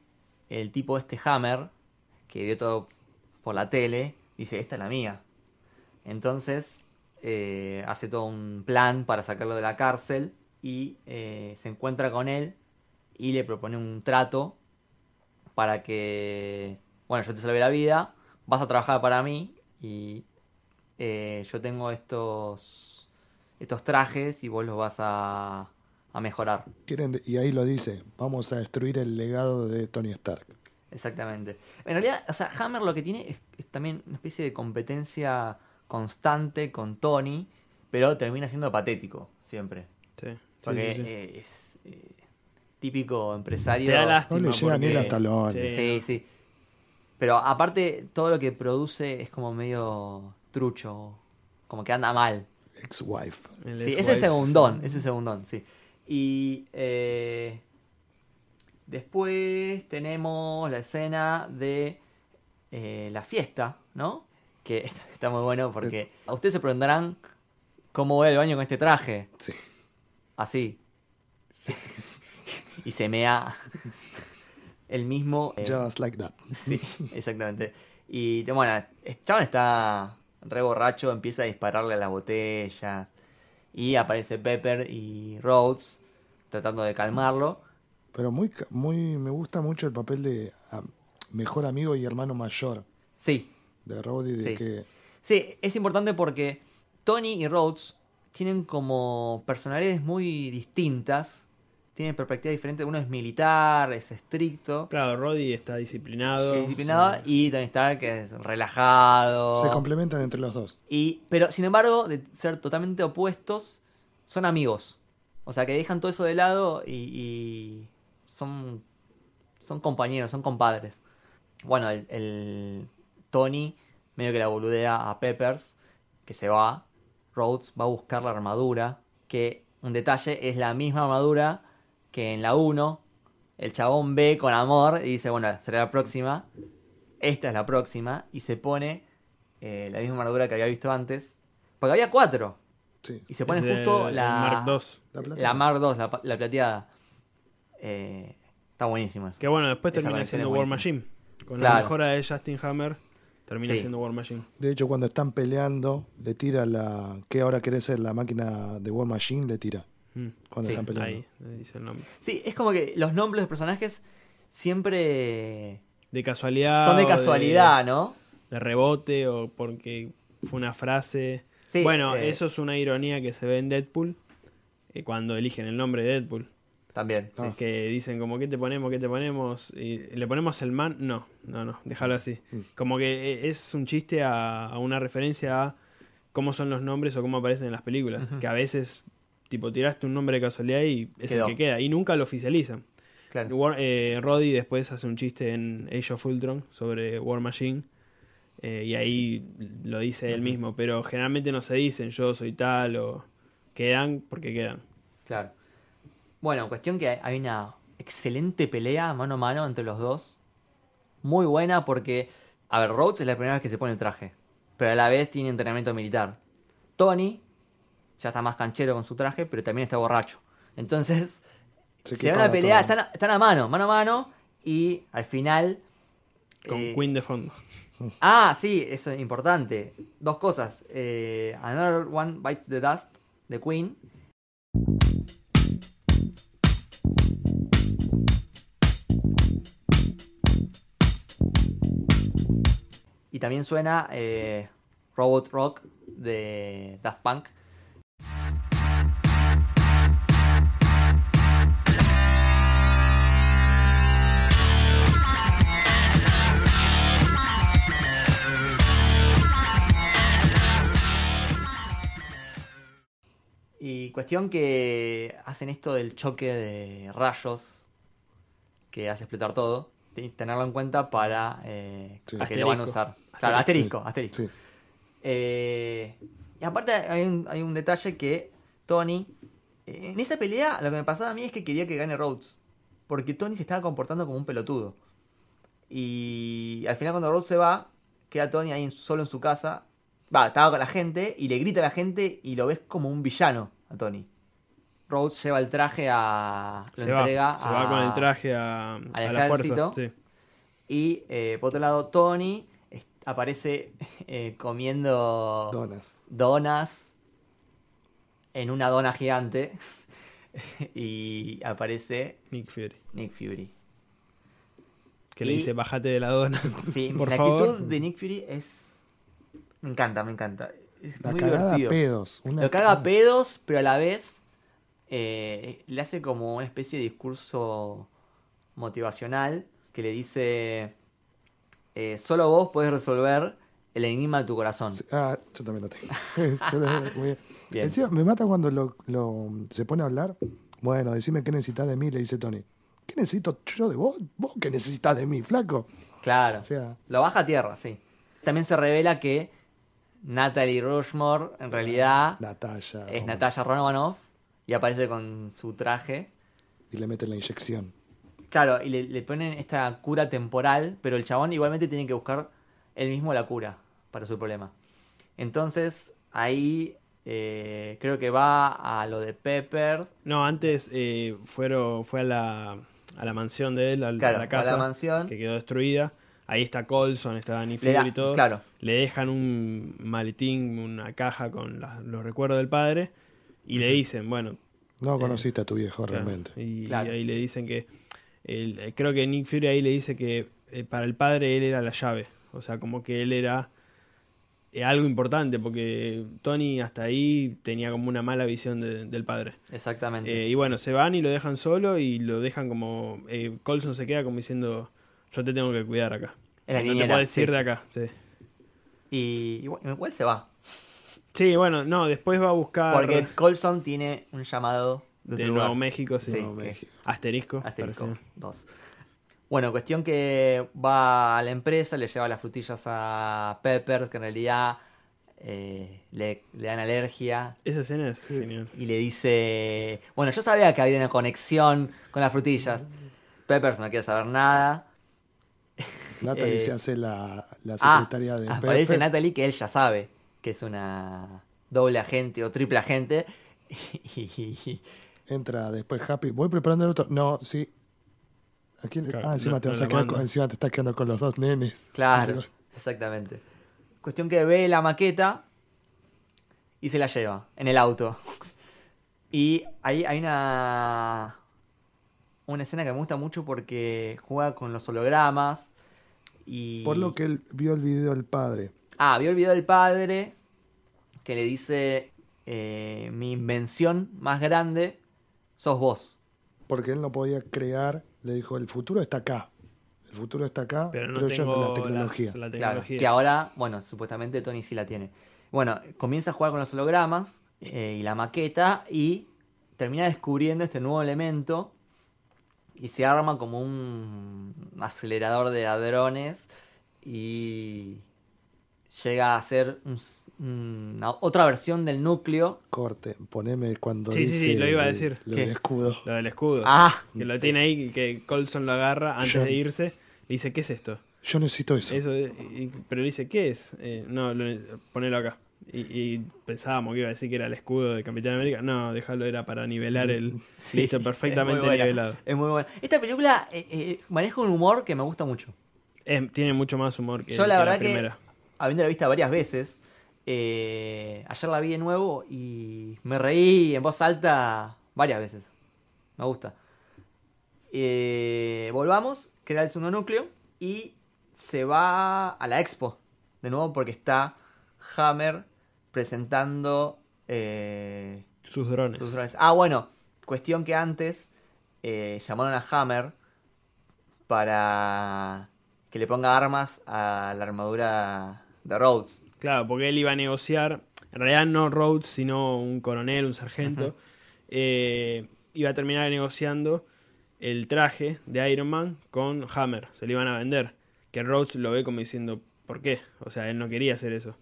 [SPEAKER 1] el tipo este Hammer, que vio todo por la tele, dice, esta es la mía. Entonces eh, hace todo un plan para sacarlo de la cárcel y eh, se encuentra con él y le propone un trato para que, bueno, yo te salvé la vida, vas a trabajar para mí y eh, yo tengo estos, estos trajes y vos los vas a, a mejorar.
[SPEAKER 3] Quieren, y ahí lo dice, vamos a destruir el legado de Tony Stark.
[SPEAKER 1] Exactamente. En realidad, o sea, Hammer lo que tiene es, es también una especie de competencia constante con Tony, pero termina siendo patético siempre.
[SPEAKER 2] Sí, sí,
[SPEAKER 1] Porque
[SPEAKER 2] sí, sí.
[SPEAKER 1] eh, es eh, típico empresario.
[SPEAKER 2] Te da
[SPEAKER 3] No
[SPEAKER 2] lástima.
[SPEAKER 3] le llega ni
[SPEAKER 2] porque-
[SPEAKER 3] los talones.
[SPEAKER 1] Sí, sí. Pero aparte, todo lo que produce es como medio trucho, como que anda mal.
[SPEAKER 3] Ex-wife.
[SPEAKER 2] el
[SPEAKER 1] Sí, es el
[SPEAKER 2] S-Wife.
[SPEAKER 1] segundón, es el segundón, sí. Y eh, Después tenemos la escena de eh, la fiesta, ¿no? Que está, está muy bueno porque a ustedes se preguntarán cómo voy al baño con este traje.
[SPEAKER 3] Sí.
[SPEAKER 1] Así. y se mea el mismo. eh,
[SPEAKER 3] Just like that.
[SPEAKER 1] Sí, exactamente. Y te- bueno, el chabón está re borracho, empieza a dispararle a las botellas. Y aparece Pepper y Rhodes tratando de calmarlo.
[SPEAKER 3] Pero muy, ca- muy, me gusta mucho el papel de am- mejor amigo y hermano mayor
[SPEAKER 1] Sí,
[SPEAKER 3] de Roddy, de
[SPEAKER 1] Sí.
[SPEAKER 3] que
[SPEAKER 1] sí, es importante porque Tony y Rhodes tienen como personalidades muy distintas. Tienen perspectivas diferentes. Uno es militar, es estricto,
[SPEAKER 2] Claro, Roddy está disciplinado.
[SPEAKER 1] disciplinado. Y Tony Stark es relajado.
[SPEAKER 3] se complementan entre los dos.
[SPEAKER 1] Y, pero sin embargo, de ser totalmente opuestos, son amigos. O sea, que dejan todo eso de lado y, y son, son compañeros, son compadres. Bueno, el, el Tony medio que la boludea a Peppers, que se va. Rhodes va a buscar la armadura, que un detalle es la misma armadura que en la 1. El chabón ve con amor y dice, bueno, será la próxima esta es la próxima, y se pone eh, la misma armadura que había visto antes, porque había cuatro,
[SPEAKER 3] Sí.
[SPEAKER 1] y se pone
[SPEAKER 2] Es el-
[SPEAKER 1] justo
[SPEAKER 2] el
[SPEAKER 1] la
[SPEAKER 2] Mark II.
[SPEAKER 3] La plata.
[SPEAKER 1] la Mark II, la, pa- la plateada. Eh, está buenísimo eso.
[SPEAKER 2] Que bueno, después
[SPEAKER 1] Esa
[SPEAKER 2] termina
[SPEAKER 1] conexión
[SPEAKER 2] siendo
[SPEAKER 1] es
[SPEAKER 2] War
[SPEAKER 1] buenísima.
[SPEAKER 2] Machine. Con la
[SPEAKER 1] Claro.
[SPEAKER 2] mejora de Justin Hammer, termina
[SPEAKER 1] Sí.
[SPEAKER 2] siendo War Machine.
[SPEAKER 3] De hecho, cuando están peleando, le tira la. ¿Qué ahora querés ser? La máquina de War Machine le tira.
[SPEAKER 2] Mm.
[SPEAKER 3] Cuando
[SPEAKER 1] Sí,
[SPEAKER 3] están peleando.
[SPEAKER 2] Ahí, ahí dice el nombre.
[SPEAKER 1] Sí, es como que los nombres de los personajes siempre
[SPEAKER 2] De casualidad.
[SPEAKER 1] son de
[SPEAKER 2] o
[SPEAKER 1] casualidad, ¿no?
[SPEAKER 2] Ah, de rebote o porque fue una frase.
[SPEAKER 1] Sí,
[SPEAKER 2] bueno,
[SPEAKER 1] eh,
[SPEAKER 2] eso es una ironía que se ve en Deadpool eh, cuando eligen el nombre de Deadpool.
[SPEAKER 1] También.
[SPEAKER 3] No.
[SPEAKER 1] sí.
[SPEAKER 2] Que dicen como, ¿qué te ponemos? ¿Qué te ponemos? Y le ponemos el man. No, no, no, déjalo así.
[SPEAKER 3] Mm.
[SPEAKER 2] Como que eh, es un chiste a, a una referencia a cómo son los nombres o cómo aparecen en las películas. Que a veces, tipo, tiraste un nombre de casualidad y es
[SPEAKER 1] Quedó.
[SPEAKER 2] el que queda. Y nunca lo oficializan.
[SPEAKER 1] Claro.
[SPEAKER 2] War- eh, Roddy después hace un chiste en Age of Ultron sobre War Machine. eh, y ahí lo dice él mismo. Pero generalmente no se dicen yo soy tal o quedan porque quedan.
[SPEAKER 1] Claro. Bueno, cuestión que hay una excelente pelea mano a mano entre los dos. Muy buena porque, a ver, Rhodes es la primera vez que se pone el traje, pero a la vez tiene entrenamiento militar. Tony ya está más canchero con su traje, pero también está borracho. Entonces, se,
[SPEAKER 3] Se
[SPEAKER 1] da
[SPEAKER 3] equipara
[SPEAKER 1] una pelea,
[SPEAKER 3] todo.
[SPEAKER 1] están, a- están a mano, mano a mano, y al final...
[SPEAKER 2] Con
[SPEAKER 1] eh,
[SPEAKER 2] Queen de fondo.
[SPEAKER 1] Ah, sí, eso es importante. Dos cosas. Eh, Another One Bites the Dust de Queen. Y también suena eh, Robot Rock de Daft Punk. Y cuestión que hacen esto del choque de rayos que hace explotar todo. Ten- Tenerlo en cuenta para eh,
[SPEAKER 3] Sí.
[SPEAKER 1] que lo van a
[SPEAKER 2] Asterisco.
[SPEAKER 1] usar. Claro, asterisco, asterisco.
[SPEAKER 3] Sí.
[SPEAKER 1] Eh, y aparte hay un, hay un detalle que Tony... eh, En esa pelea lo que me pasaba a mí es que quería que gane Rhodes. Porque Tony se estaba comportando como un pelotudo. Y al final cuando Rhodes se va, queda Tony ahí en- solo en su casa. Va, estaba con la gente y le grita a la gente y lo ves como un villano a Tony. Rhodes lleva el traje a... Lo
[SPEAKER 2] Se va,
[SPEAKER 1] entrega
[SPEAKER 2] se
[SPEAKER 1] a-
[SPEAKER 2] va con el traje a, a la
[SPEAKER 1] ejército.
[SPEAKER 2] fuerza. sí.
[SPEAKER 1] Y eh, por otro lado Tony es- aparece eh, comiendo
[SPEAKER 3] Donas.
[SPEAKER 1] donas en una dona gigante y aparece
[SPEAKER 2] Nick Fury.
[SPEAKER 1] Nick Fury.
[SPEAKER 2] Que le
[SPEAKER 1] Y-
[SPEAKER 2] dice, bájate de la dona.
[SPEAKER 1] Sí,
[SPEAKER 2] Por
[SPEAKER 1] la
[SPEAKER 2] favor.
[SPEAKER 1] actitud de Nick Fury es... Me encanta, me encanta. Es
[SPEAKER 3] La
[SPEAKER 1] muy
[SPEAKER 3] cagada a
[SPEAKER 1] divertido.
[SPEAKER 3] pedos. Una
[SPEAKER 1] Lo caga a
[SPEAKER 3] cagada.
[SPEAKER 1] pedos, pero a la vez eh, le hace como una especie de discurso motivacional que le dice, eh, solo vos podés resolver el enigma de tu corazón.
[SPEAKER 3] Ah, yo también la tengo. Yo la- muy bien.
[SPEAKER 1] Bien.
[SPEAKER 3] Encima, me mata cuando lo, lo- se pone a hablar. Bueno, decime qué necesitas de mí, le dice Tony. ¿Qué necesito yo de vos? ¿Vos qué necesitas de mí, flaco?
[SPEAKER 1] Claro.
[SPEAKER 3] O sea,
[SPEAKER 1] Lo baja a tierra, sí. También se revela que Natalie Rushmore en realidad
[SPEAKER 3] Natalia.
[SPEAKER 1] es
[SPEAKER 3] o-
[SPEAKER 1] Natalia Romanoff y aparece con su traje.
[SPEAKER 3] Y le mete la inyección.
[SPEAKER 1] Claro, y le, le ponen esta cura temporal, pero el chabón igualmente tiene que buscar él mismo la cura para su problema. Entonces, ahí eh, creo que va a lo de Pepper,
[SPEAKER 2] No, antes eh, fueron, fue a la, a la mansión de él, al- a,
[SPEAKER 1] Claro,
[SPEAKER 2] la casa
[SPEAKER 1] a la mansión.
[SPEAKER 2] que quedó destruida. Ahí está Colson, está Danny
[SPEAKER 1] Le da-
[SPEAKER 2] Fury y todo.
[SPEAKER 1] claro.
[SPEAKER 2] Le dejan un maletín, una caja con la- los recuerdos del padre y le dicen, bueno,
[SPEAKER 3] No conociste a tu viejo
[SPEAKER 2] Claro,
[SPEAKER 3] realmente.
[SPEAKER 2] Y,
[SPEAKER 1] Eh, Claro. Eh,
[SPEAKER 2] ahí le dicen que. el- eh, creo que Nick Fury ahí le dice que eh, para el padre él era la llave. O sea, como que él era eh, algo importante, porque Tony hasta ahí tenía como una mala visión de- del padre.
[SPEAKER 1] exactamente.
[SPEAKER 2] Eh, y bueno, se van y lo dejan solo y lo dejan como. eh, Colson se queda como diciendo: Yo te tengo que cuidar acá.
[SPEAKER 1] Es la
[SPEAKER 2] no te
[SPEAKER 1] niñera,
[SPEAKER 2] puedo decir
[SPEAKER 1] sí.
[SPEAKER 2] de acá. Sí.
[SPEAKER 1] Y igual, igual se va.
[SPEAKER 2] Sí, bueno, no, después va a buscar.
[SPEAKER 1] Porque Colson tiene un llamado de,
[SPEAKER 2] de
[SPEAKER 1] otro
[SPEAKER 2] Nuevo
[SPEAKER 1] lugar.
[SPEAKER 2] México, sí.
[SPEAKER 1] Sí. eh,
[SPEAKER 3] No,
[SPEAKER 1] que-
[SPEAKER 3] México.
[SPEAKER 2] Asterisco.
[SPEAKER 1] Asterisco,
[SPEAKER 2] parece.
[SPEAKER 1] dos. Bueno, cuestión que va a la empresa, le lleva las frutillas a Pepper, que en realidad eh, le, le dan alergia.
[SPEAKER 2] Esa escena es genial.
[SPEAKER 1] Y le dice, bueno, yo sabía que había una conexión con las frutillas. Peppers no quiere saber nada.
[SPEAKER 3] Natalie
[SPEAKER 1] Eh,
[SPEAKER 3] se hace la, la
[SPEAKER 1] Ah,
[SPEAKER 3] secretaria de
[SPEAKER 1] aparece
[SPEAKER 3] Pepe.
[SPEAKER 1] Natalie que él ya sabe que es una doble agente o triple agente.
[SPEAKER 3] Entra después Happy. Voy preparando el otro. No, sí. ¿A quién le-
[SPEAKER 2] Claro,
[SPEAKER 3] ah, encima,
[SPEAKER 2] no-
[SPEAKER 3] te
[SPEAKER 2] no
[SPEAKER 3] vas
[SPEAKER 2] la
[SPEAKER 3] a quedar
[SPEAKER 2] manda.
[SPEAKER 3] con- encima te estás quedando con los dos nenes.
[SPEAKER 1] Claro, exactamente. Cuestión que ve la maqueta y se la lleva en el auto. Y ahí hay una una escena que me gusta mucho porque juega con los hologramas y
[SPEAKER 3] Por lo que él vio el video del padre.
[SPEAKER 1] ah, vio el video del padre que le dice eh, mi invención más grande sos vos.
[SPEAKER 3] Porque él no podía crear. Le dijo, el futuro está acá. El futuro está acá.
[SPEAKER 2] Pero no
[SPEAKER 3] yo
[SPEAKER 2] tengo
[SPEAKER 3] la tecnología.
[SPEAKER 2] las-
[SPEAKER 1] Claro,
[SPEAKER 2] la tecnología.
[SPEAKER 1] que ahora, bueno, supuestamente Tony sí la tiene. Bueno, comienza a jugar con los hologramas eh, y la maqueta y termina descubriendo este nuevo elemento y se arma como un acelerador de ladrones y llega a ser un s- una- otra versión del núcleo.
[SPEAKER 3] Corte, poneme cuando.
[SPEAKER 2] Sí, sí,
[SPEAKER 3] dice
[SPEAKER 2] sí, lo iba a
[SPEAKER 3] el-
[SPEAKER 2] decir.
[SPEAKER 3] Lo
[SPEAKER 1] ¿Qué?
[SPEAKER 3] del escudo.
[SPEAKER 2] Lo del escudo.
[SPEAKER 1] Ah,
[SPEAKER 2] Que lo tiene ahí, que Colson lo agarra antes
[SPEAKER 3] Yo-
[SPEAKER 2] de irse. Le dice, ¿qué es esto?
[SPEAKER 3] Yo necesito eso.
[SPEAKER 2] Eso, es- y- pero le dice, ¿qué es? Eh, no, lo- ponelo acá. Y, y pensábamos que iba a decir que era el escudo de Capitán América. No, déjalo, era para nivelar el.
[SPEAKER 1] Sí,
[SPEAKER 2] listo, perfectamente
[SPEAKER 1] es muy buena,
[SPEAKER 2] nivelado.
[SPEAKER 1] Es muy buena. Esta película eh, eh, maneja un humor que me gusta mucho.
[SPEAKER 2] Es- tiene mucho más humor que,
[SPEAKER 1] Yo la
[SPEAKER 2] que
[SPEAKER 1] verdad
[SPEAKER 2] primera.
[SPEAKER 1] que, habiéndola visto varias veces, eh, ayer la vi de nuevo y me reí en voz alta varias veces. Me gusta. Eh, volvamos, crea el segundo núcleo y se va a la expo. De nuevo porque está Hammer presentando... eh,
[SPEAKER 2] Sus drones.
[SPEAKER 1] sus drones. Ah, bueno, cuestión que antes eh, llamaron a Hammer para que le ponga armas a la armadura de Rhodes.
[SPEAKER 2] Claro, porque él iba a negociar, en realidad no Rhodes, sino un coronel, un sargento, eh, iba a terminar negociando el traje de Iron Man con Hammer, se lo iban a vender, que Rhodes lo ve como diciendo, ¿por qué? O sea, él no quería hacer eso.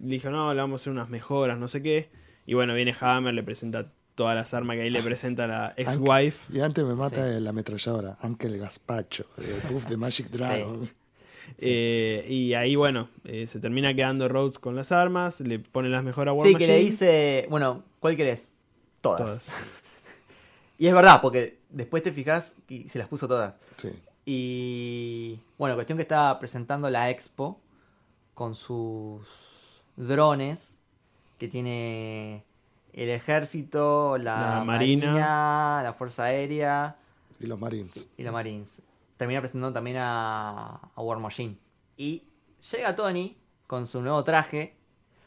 [SPEAKER 2] Le Dijo, no, le vamos a hacer unas mejoras, no sé qué, y bueno, viene Hammer, le presenta todas las armas que ahí le presenta
[SPEAKER 1] Ah,
[SPEAKER 2] la ex-wife.
[SPEAKER 3] Y antes me mata la ametralladora. Ángel Gaspacho. El puff de Magic Dragon.
[SPEAKER 2] eh, y ahí, bueno, eh, se termina quedando Rhodes con las armas, le pone las mejoras a War
[SPEAKER 1] Sí, que le
[SPEAKER 2] Machine,
[SPEAKER 1] dice, bueno, ¿cuál querés? Todas.
[SPEAKER 2] todas.
[SPEAKER 1] Y es verdad, porque después te fijas y se las puso todas.
[SPEAKER 3] Sí.
[SPEAKER 1] Y bueno, cuestión que está presentando la expo con sus drones que tiene el ejército, la,
[SPEAKER 2] La marina.
[SPEAKER 1] marina, la fuerza aérea
[SPEAKER 3] Y los Marines.
[SPEAKER 1] y los Marines. Termina presentando también a, a War Machine. Y llega Tony con su nuevo traje.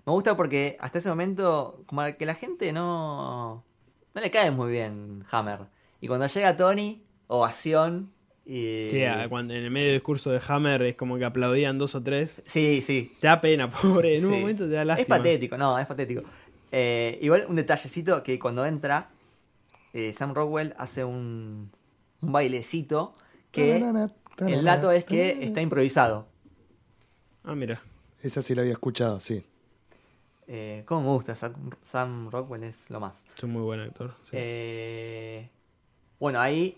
[SPEAKER 1] Me gusta porque hasta ese momento, como que la gente no. No le cae muy bien Hammer. Y cuando llega Tony, ovación. Y...
[SPEAKER 2] Sí, a- cuando en el medio discurso de Hammer es como que aplaudían dos o tres.
[SPEAKER 1] Sí, sí.
[SPEAKER 2] Te da pena, pobre. En un
[SPEAKER 1] Sí.
[SPEAKER 2] momento te da lástima.
[SPEAKER 1] Es patético, no, es patético. Eh, igual un detallecito que cuando entra, eh, Sam Rockwell hace un, un bailecito que
[SPEAKER 3] Tararana, tararana,
[SPEAKER 1] el dato es que
[SPEAKER 3] tararana.
[SPEAKER 1] está improvisado.
[SPEAKER 2] Ah, mira.
[SPEAKER 3] Esa sí la había escuchado, sí.
[SPEAKER 1] Eh, ¿Cómo me gusta? Sam, Sam Rockwell es lo más.
[SPEAKER 2] Es un muy buen actor. sí.
[SPEAKER 1] Eh, bueno, ahí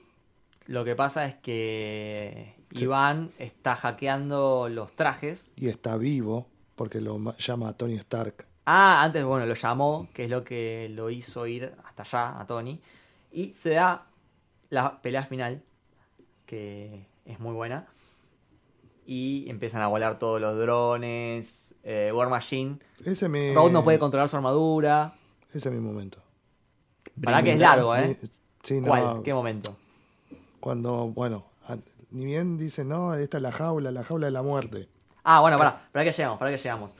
[SPEAKER 1] Lo que pasa es que Iván está hackeando los trajes.
[SPEAKER 3] Y está vivo porque lo ma- llama a Tony Stark.
[SPEAKER 1] Ah, antes, bueno, lo llamó, que es lo que lo hizo ir hasta allá a Tony. Y se da la pelea final, que es muy buena. Y empiezan a volar todos los drones. eh, War Machine.
[SPEAKER 3] Ese es mi,
[SPEAKER 1] Rod no puede controlar su armadura.
[SPEAKER 3] ese es mi momento.
[SPEAKER 1] Para que es largo, ¿eh?
[SPEAKER 3] Sí, sí, no,
[SPEAKER 1] ¿Cuál? ¿Qué momento?
[SPEAKER 3] cuando, bueno, an- ni bien dice, no, esta es la jaula, la jaula de la muerte.
[SPEAKER 1] Ah, bueno, para, para que llegamos, para que llegamos.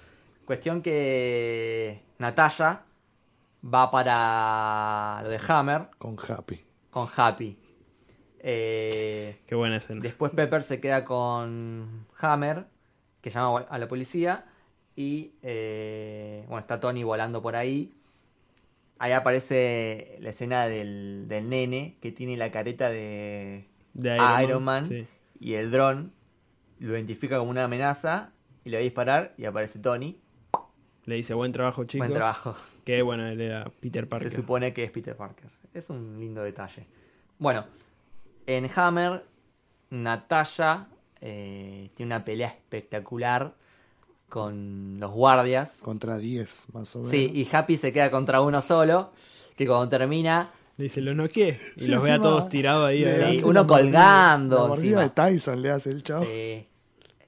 [SPEAKER 1] Cuestión que Natalia va para lo de Hammer
[SPEAKER 3] Con Happy.
[SPEAKER 1] con Happy. Eh,
[SPEAKER 2] Qué buena escena.
[SPEAKER 1] después Pepper se queda con Hammer, que llama a la policía. Y eh, bueno, está Tony volando por ahí. Ahí aparece la escena del, del nene que tiene la careta de,
[SPEAKER 2] De
[SPEAKER 1] a Iron Man
[SPEAKER 2] sí.
[SPEAKER 1] y el dron lo identifica como una amenaza y le va a disparar y aparece Tony.
[SPEAKER 2] Le dice, buen trabajo, chico.
[SPEAKER 1] Buen trabajo.
[SPEAKER 2] Que bueno, él era Peter Parker.
[SPEAKER 1] Se supone que es Peter Parker. Es un lindo detalle. Bueno, en Hammer, Natalia eh, tiene una pelea espectacular con los guardias.
[SPEAKER 3] Contra 10, más o menos.
[SPEAKER 1] Sí, y Happy se queda contra uno solo, que cuando termina
[SPEAKER 2] Le dice, los noqué. Y
[SPEAKER 3] Sí,
[SPEAKER 2] los ve a
[SPEAKER 3] encima
[SPEAKER 2] todos tirados ahí.
[SPEAKER 3] le
[SPEAKER 1] eh, Sí,
[SPEAKER 2] ahí.
[SPEAKER 3] hace
[SPEAKER 1] uno
[SPEAKER 3] la mordida-
[SPEAKER 1] colgando
[SPEAKER 3] La mordida
[SPEAKER 1] encima.
[SPEAKER 3] de Tyson le hace el chavo.
[SPEAKER 1] Eh,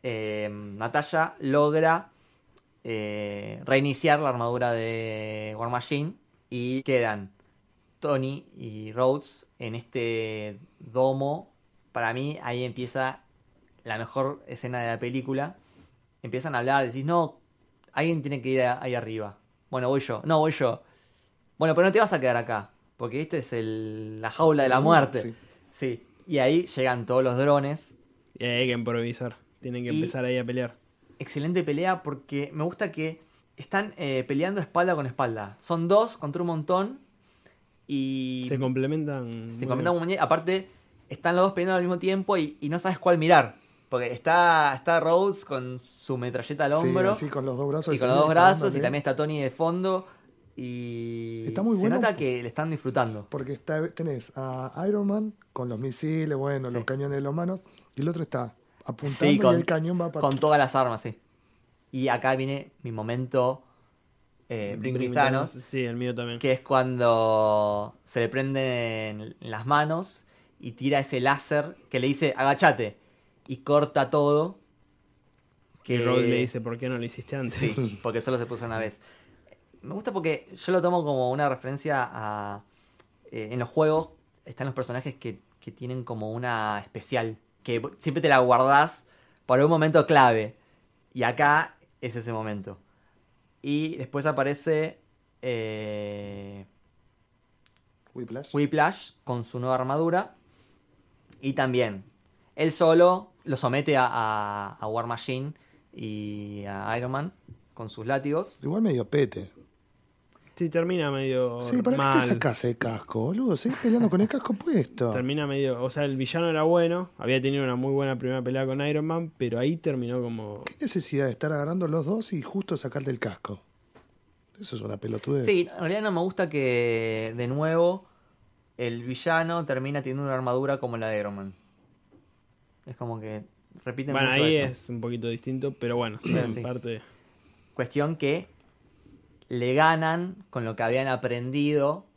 [SPEAKER 1] eh, Natalia logra eh, reiniciar la armadura de War Machine y quedan Tony y Rhodes en este domo. Para mí ahí empieza la mejor escena de la película. Empiezan a hablar, decís, no, alguien tiene que ir a- ahí arriba. Bueno, voy yo, no, voy yo. Bueno, pero no te vas a quedar acá, porque este es el, la jaula de la muerte.
[SPEAKER 3] Sí.
[SPEAKER 1] sí. Y ahí llegan todos los drones
[SPEAKER 2] Y ahí hay que improvisar. Tienen que
[SPEAKER 1] Y-
[SPEAKER 2] empezar ahí a pelear.
[SPEAKER 1] excelente pelea porque me gusta que están eh, peleando espalda con espalda. Son dos contra un montón y
[SPEAKER 2] Se complementan.
[SPEAKER 1] se
[SPEAKER 2] muy
[SPEAKER 1] comentan
[SPEAKER 2] bien.
[SPEAKER 1] un muñe- Aparte, están los dos peleando al mismo tiempo y, y no sabes cuál mirar. Porque está, está Rhodes con su metralleta al
[SPEAKER 3] Sí,
[SPEAKER 1] hombro
[SPEAKER 3] así con los dos brazos.
[SPEAKER 1] y con los dos brazos y también está Tony de fondo y
[SPEAKER 3] ¿eh? Está muy
[SPEAKER 1] se
[SPEAKER 3] bueno.
[SPEAKER 1] nota que le están disfrutando.
[SPEAKER 3] Porque está, tenés a Iron Man con los misiles, bueno, los
[SPEAKER 1] Sí.
[SPEAKER 3] cañones de los manos, y el otro está apuntando
[SPEAKER 1] Sí, con-
[SPEAKER 3] y el cañón va para...
[SPEAKER 1] Con todas las armas, sí. Y acá viene mi momento eh, Bring Me Thanos.
[SPEAKER 2] Sí, el mío también.
[SPEAKER 1] que es cuando se le prenden las manos y tira ese láser que le dice agachate y corta todo.
[SPEAKER 2] Que Rod le dice, ¿por qué no lo hiciste antes?
[SPEAKER 1] Sí, porque solo se puso una vez. Me gusta porque yo lo tomo como una referencia a... eh, en los juegos están los personajes que, que tienen como una especial, que v- siempre te la guardás para un momento clave. Y acá es ese momento. Y después aparece... eh,
[SPEAKER 3] Whiplash.
[SPEAKER 1] Whiplash con su nueva armadura. Y también, él solo lo somete a, a- a War Machine y a Iron Man con sus látigos.
[SPEAKER 3] Igual medio pete.
[SPEAKER 2] Sí, termina medio
[SPEAKER 3] Sí, ¿para
[SPEAKER 2] mal.
[SPEAKER 3] qué te sacás el casco, boludo? Seguís peleando con el casco puesto.
[SPEAKER 2] Termina medio... O sea, el villano era bueno. Había tenido una muy buena primera pelea con Iron Man. Pero ahí terminó como...
[SPEAKER 3] ¿Qué necesidad de estar agarrando los dos y justo sacarte el casco? Eso es una pelotudez.
[SPEAKER 1] Sí, en realidad no me gusta que de nuevo el villano termina teniendo una armadura como la de Iron Man. Es como que repiten
[SPEAKER 2] Bueno,
[SPEAKER 1] mucho
[SPEAKER 2] ahí
[SPEAKER 1] eso.
[SPEAKER 2] es un poquito distinto. Pero bueno, sí,
[SPEAKER 1] Sí,
[SPEAKER 2] en
[SPEAKER 1] sí.
[SPEAKER 2] parte...
[SPEAKER 1] Cuestión que le ganan con lo que habían aprendido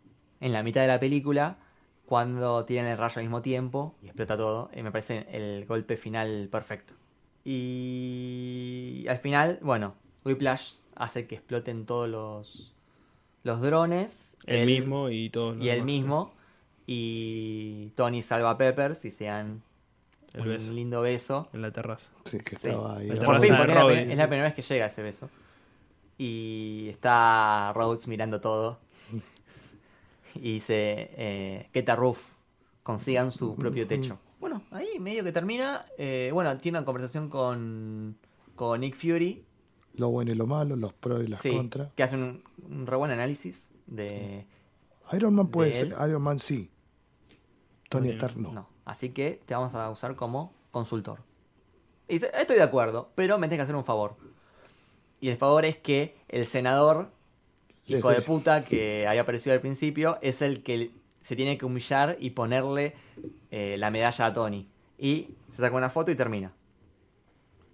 [SPEAKER 1] en la mitad de la película cuando tienen el rayo al mismo tiempo y explota todo. Y me parece el golpe final perfecto. Y al final, bueno, Whiplash hace que exploten todos los, los drones.
[SPEAKER 2] El
[SPEAKER 1] Él-
[SPEAKER 2] mismo y todos los
[SPEAKER 1] Y el
[SPEAKER 2] demás.
[SPEAKER 1] mismo. Y Tony salva a Peppers y se dan
[SPEAKER 2] El
[SPEAKER 1] un
[SPEAKER 2] beso.
[SPEAKER 1] lindo beso.
[SPEAKER 2] En la terraza.
[SPEAKER 3] Sí, que
[SPEAKER 1] Sí.
[SPEAKER 3] estaba ahí.
[SPEAKER 2] Por
[SPEAKER 1] Por
[SPEAKER 2] Terraza
[SPEAKER 1] fin,
[SPEAKER 2] de
[SPEAKER 1] porque es la
[SPEAKER 2] Robin.
[SPEAKER 1] pri- es la primera vez que llega ese beso. Y está Rhodes mirando todo. Y dice, eh, Keta Roof, consigan su propio techo. Bueno, ahí medio que termina. eh, bueno, tiene una conversación con, con Nick Fury,
[SPEAKER 3] Lo bueno y lo malo, los pros y las
[SPEAKER 1] sí,
[SPEAKER 3] contras.
[SPEAKER 1] que hace un, un re buen análisis de...
[SPEAKER 3] Iron Man puede
[SPEAKER 1] ¿De él?
[SPEAKER 3] ser, Iron Man sí. Tony
[SPEAKER 2] Tony-
[SPEAKER 3] Stark no.
[SPEAKER 1] No. Así que te vamos a usar como consultor. Y dice, estoy de acuerdo, pero me tienes que hacer un favor. Y el favor es que el senador, hijo de puta, que había aparecido al principio, es el que se tiene que humillar y ponerle eh, la medalla a Tony. Y se saca una foto y termina.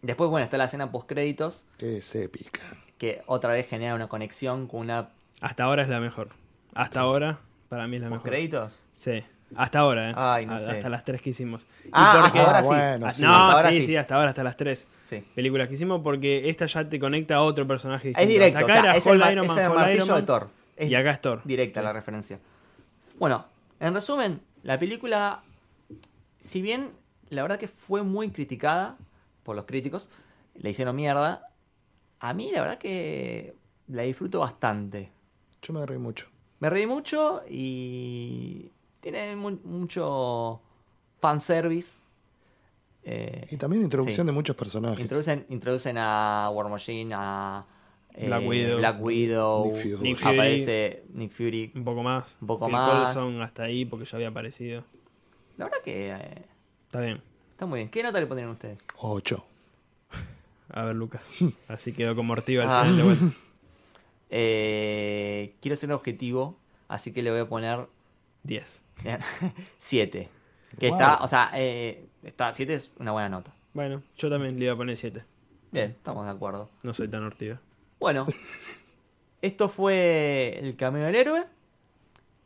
[SPEAKER 1] Después, bueno, está la escena post-créditos,
[SPEAKER 3] Que es épica.
[SPEAKER 1] que otra vez genera una conexión con una...
[SPEAKER 2] Hasta ahora es la mejor. Hasta ahora, para mí es la mejor.
[SPEAKER 1] ¿Post-créditos?
[SPEAKER 2] Sí. Hasta ahora, ¿eh?
[SPEAKER 1] Ay, no
[SPEAKER 2] A-
[SPEAKER 1] sé.
[SPEAKER 2] Hasta las tres que hicimos. Y
[SPEAKER 1] Ah,
[SPEAKER 2] porque-
[SPEAKER 1] hasta ahora sí.
[SPEAKER 3] bueno,
[SPEAKER 2] Ah,
[SPEAKER 3] sí.
[SPEAKER 2] No,
[SPEAKER 1] Hasta ahora
[SPEAKER 2] sí,
[SPEAKER 1] sí.
[SPEAKER 2] sí, hasta ahora, hasta las tres
[SPEAKER 1] Sí.
[SPEAKER 2] películas que hicimos, porque esta ya te conecta a otro personaje.
[SPEAKER 1] Es
[SPEAKER 2] distinto.
[SPEAKER 1] directo,
[SPEAKER 2] Hasta
[SPEAKER 1] o
[SPEAKER 2] acá
[SPEAKER 1] sea,
[SPEAKER 2] era
[SPEAKER 1] es el,
[SPEAKER 2] Hall
[SPEAKER 1] ma-
[SPEAKER 2] Iron
[SPEAKER 1] es
[SPEAKER 2] Man,
[SPEAKER 1] el
[SPEAKER 2] Hall
[SPEAKER 1] martillo
[SPEAKER 2] Iron Man,
[SPEAKER 1] de Thor. Es
[SPEAKER 2] Y acá es Thor.
[SPEAKER 1] directa la referencia. Bueno, en resumen, la película, si bien la verdad que fue muy criticada por los críticos, le hicieron mierda, a mí la verdad que la disfruto bastante.
[SPEAKER 3] Yo me reí mucho.
[SPEAKER 1] Me reí mucho y tiene mu- mucho fanservice. Eh,
[SPEAKER 3] Y también introducción
[SPEAKER 1] Sí.
[SPEAKER 3] de muchos personajes.
[SPEAKER 1] Introducen, introducen a War Machine, a eh,
[SPEAKER 2] Black Widow.
[SPEAKER 1] Widow,
[SPEAKER 3] Nick Fury.
[SPEAKER 2] Nick Fury. Mm.
[SPEAKER 1] aparece Nick Fury.
[SPEAKER 2] Un poco más.
[SPEAKER 1] Un poco
[SPEAKER 2] Phil
[SPEAKER 1] más.
[SPEAKER 2] Coulson hasta ahí, porque ya había aparecido.
[SPEAKER 1] La verdad que eh,
[SPEAKER 2] Está bien.
[SPEAKER 1] está muy bien. ¿Qué nota le pondrían ustedes?
[SPEAKER 3] Ocho.
[SPEAKER 2] A ver, Lucas. Así quedó como Ortiva al
[SPEAKER 1] Ah.
[SPEAKER 2] final de vuelta.
[SPEAKER 1] Eh, quiero ser objetivo, así que le voy a poner
[SPEAKER 2] 10.
[SPEAKER 1] 7. Que
[SPEAKER 3] Wow.
[SPEAKER 1] está, o sea, eh, está 7 es una buena nota.
[SPEAKER 2] Bueno, yo también le iba a poner 7.
[SPEAKER 1] Bien, estamos de acuerdo.
[SPEAKER 2] No soy tan Ortiva.
[SPEAKER 1] Bueno, esto fue el cameo del héroe.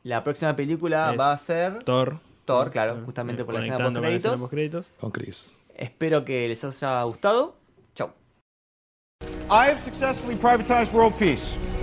[SPEAKER 1] La próxima película
[SPEAKER 2] Es
[SPEAKER 1] va a ser
[SPEAKER 2] Thor. Ah, eh,
[SPEAKER 1] Thor, claro, justamente por la escena
[SPEAKER 2] Conectando con la escena
[SPEAKER 1] post
[SPEAKER 2] postcréditos.
[SPEAKER 3] Con Chris.
[SPEAKER 1] Espero que les haya gustado. Chau.
[SPEAKER 4] I have successfully privatized world peace.